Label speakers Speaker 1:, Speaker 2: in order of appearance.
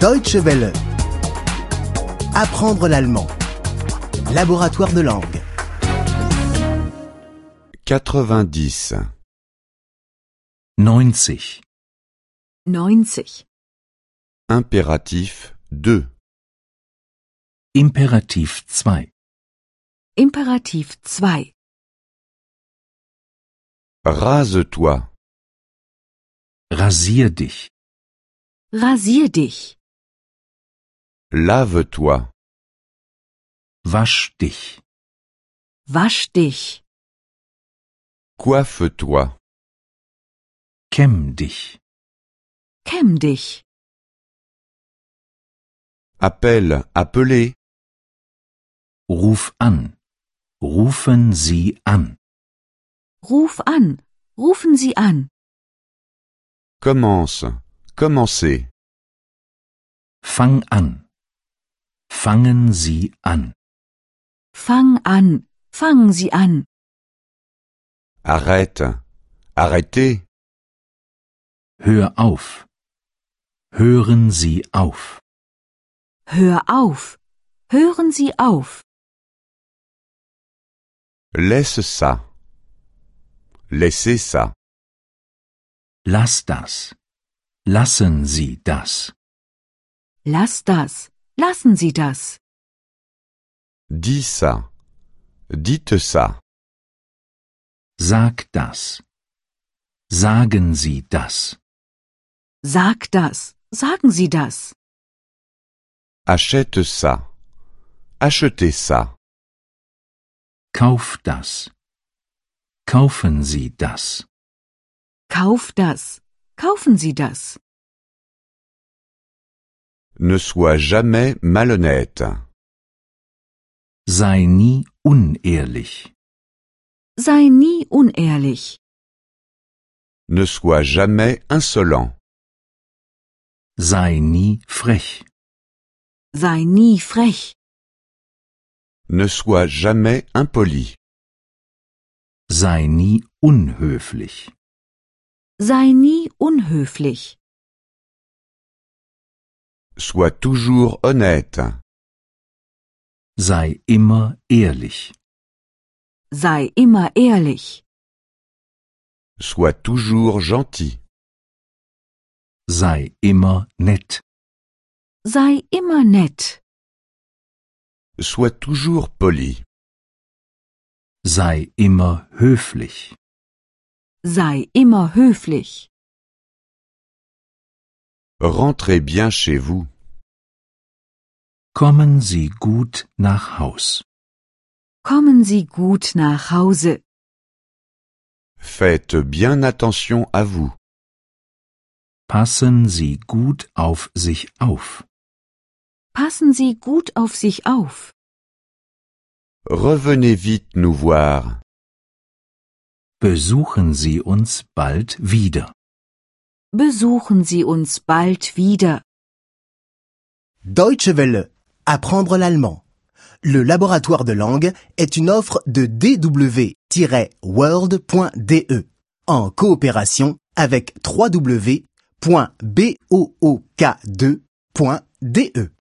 Speaker 1: Deutsche Welle. Apprendre l'allemand. Laboratoire de langue.
Speaker 2: 90.
Speaker 3: 90.
Speaker 4: 90.
Speaker 2: Impératif 2.
Speaker 3: Imperativ 2.
Speaker 4: Imperativ 2.
Speaker 2: Rase-toi.
Speaker 3: Rasier dich.
Speaker 4: Rasier dich.
Speaker 2: Lave-toi.
Speaker 3: Wasch dich.
Speaker 4: Wasch dich.
Speaker 2: Coiffe-toi.
Speaker 3: Kämm dich.
Speaker 4: Kämm dich.
Speaker 2: Appelle, appelez.
Speaker 3: Ruf an. Rufen Sie an.
Speaker 4: Ruf an. Rufen Sie an.
Speaker 2: Commence. Commencez.
Speaker 3: Fang an. Fangen Sie an.
Speaker 4: Fang an. Fangen Sie an.
Speaker 2: Arrête. Arrêtez.
Speaker 3: Hör auf. Hören Sie auf.
Speaker 4: Hör auf. Hören Sie auf.
Speaker 2: Laisse ça. Laissez ça.
Speaker 3: Lass das. Lassen Sie das.
Speaker 4: Lass das. Lassen Sie das.
Speaker 2: Dis ça. Dites ça.
Speaker 3: Sag das. Sagen Sie das.
Speaker 4: Sag das. Sagen Sie das.
Speaker 2: Achète ça. Achetez ça.
Speaker 3: Kauf das. Kaufen Sie das.
Speaker 4: Kauf das. Kaufen Sie das.
Speaker 2: Ne sois jamais malhonnête.
Speaker 3: Sei nie unehrlich.
Speaker 4: Sei nie unehrlich.
Speaker 2: Ne sois jamais insolent.
Speaker 3: Sei nie frech.
Speaker 4: Sei nie frech.
Speaker 2: Ne sois jamais impoli.
Speaker 3: Sei nie unhöflich.
Speaker 4: Sei nie unhöflich.
Speaker 2: Sois toujours honnête.
Speaker 3: Sei immer ehrlich.
Speaker 4: Sei immer ehrlich.
Speaker 2: Sois toujours gentil.
Speaker 3: Sei immer nett.
Speaker 4: Sei immer nett.
Speaker 2: Sois toujours poli.
Speaker 3: Sei immer höflich.
Speaker 4: Sei immer höflich.
Speaker 2: Rentrez bien chez vous.
Speaker 3: Kommen Sie gut nach Haus.
Speaker 4: Kommen Sie gut nach Hause.
Speaker 2: Faites bien attention à vous.
Speaker 3: Passen Sie gut auf sich auf.
Speaker 4: Passen Sie gut auf sich auf.
Speaker 2: Revenez vite nous voir.
Speaker 3: Besuchen Sie uns bald wieder.
Speaker 4: Besuchen Sie uns bald wieder.
Speaker 1: Deutsche Welle. Apprendre l'allemand. Le laboratoire de langue est une offre de dw-world.de E en coopération avec www.book2.de.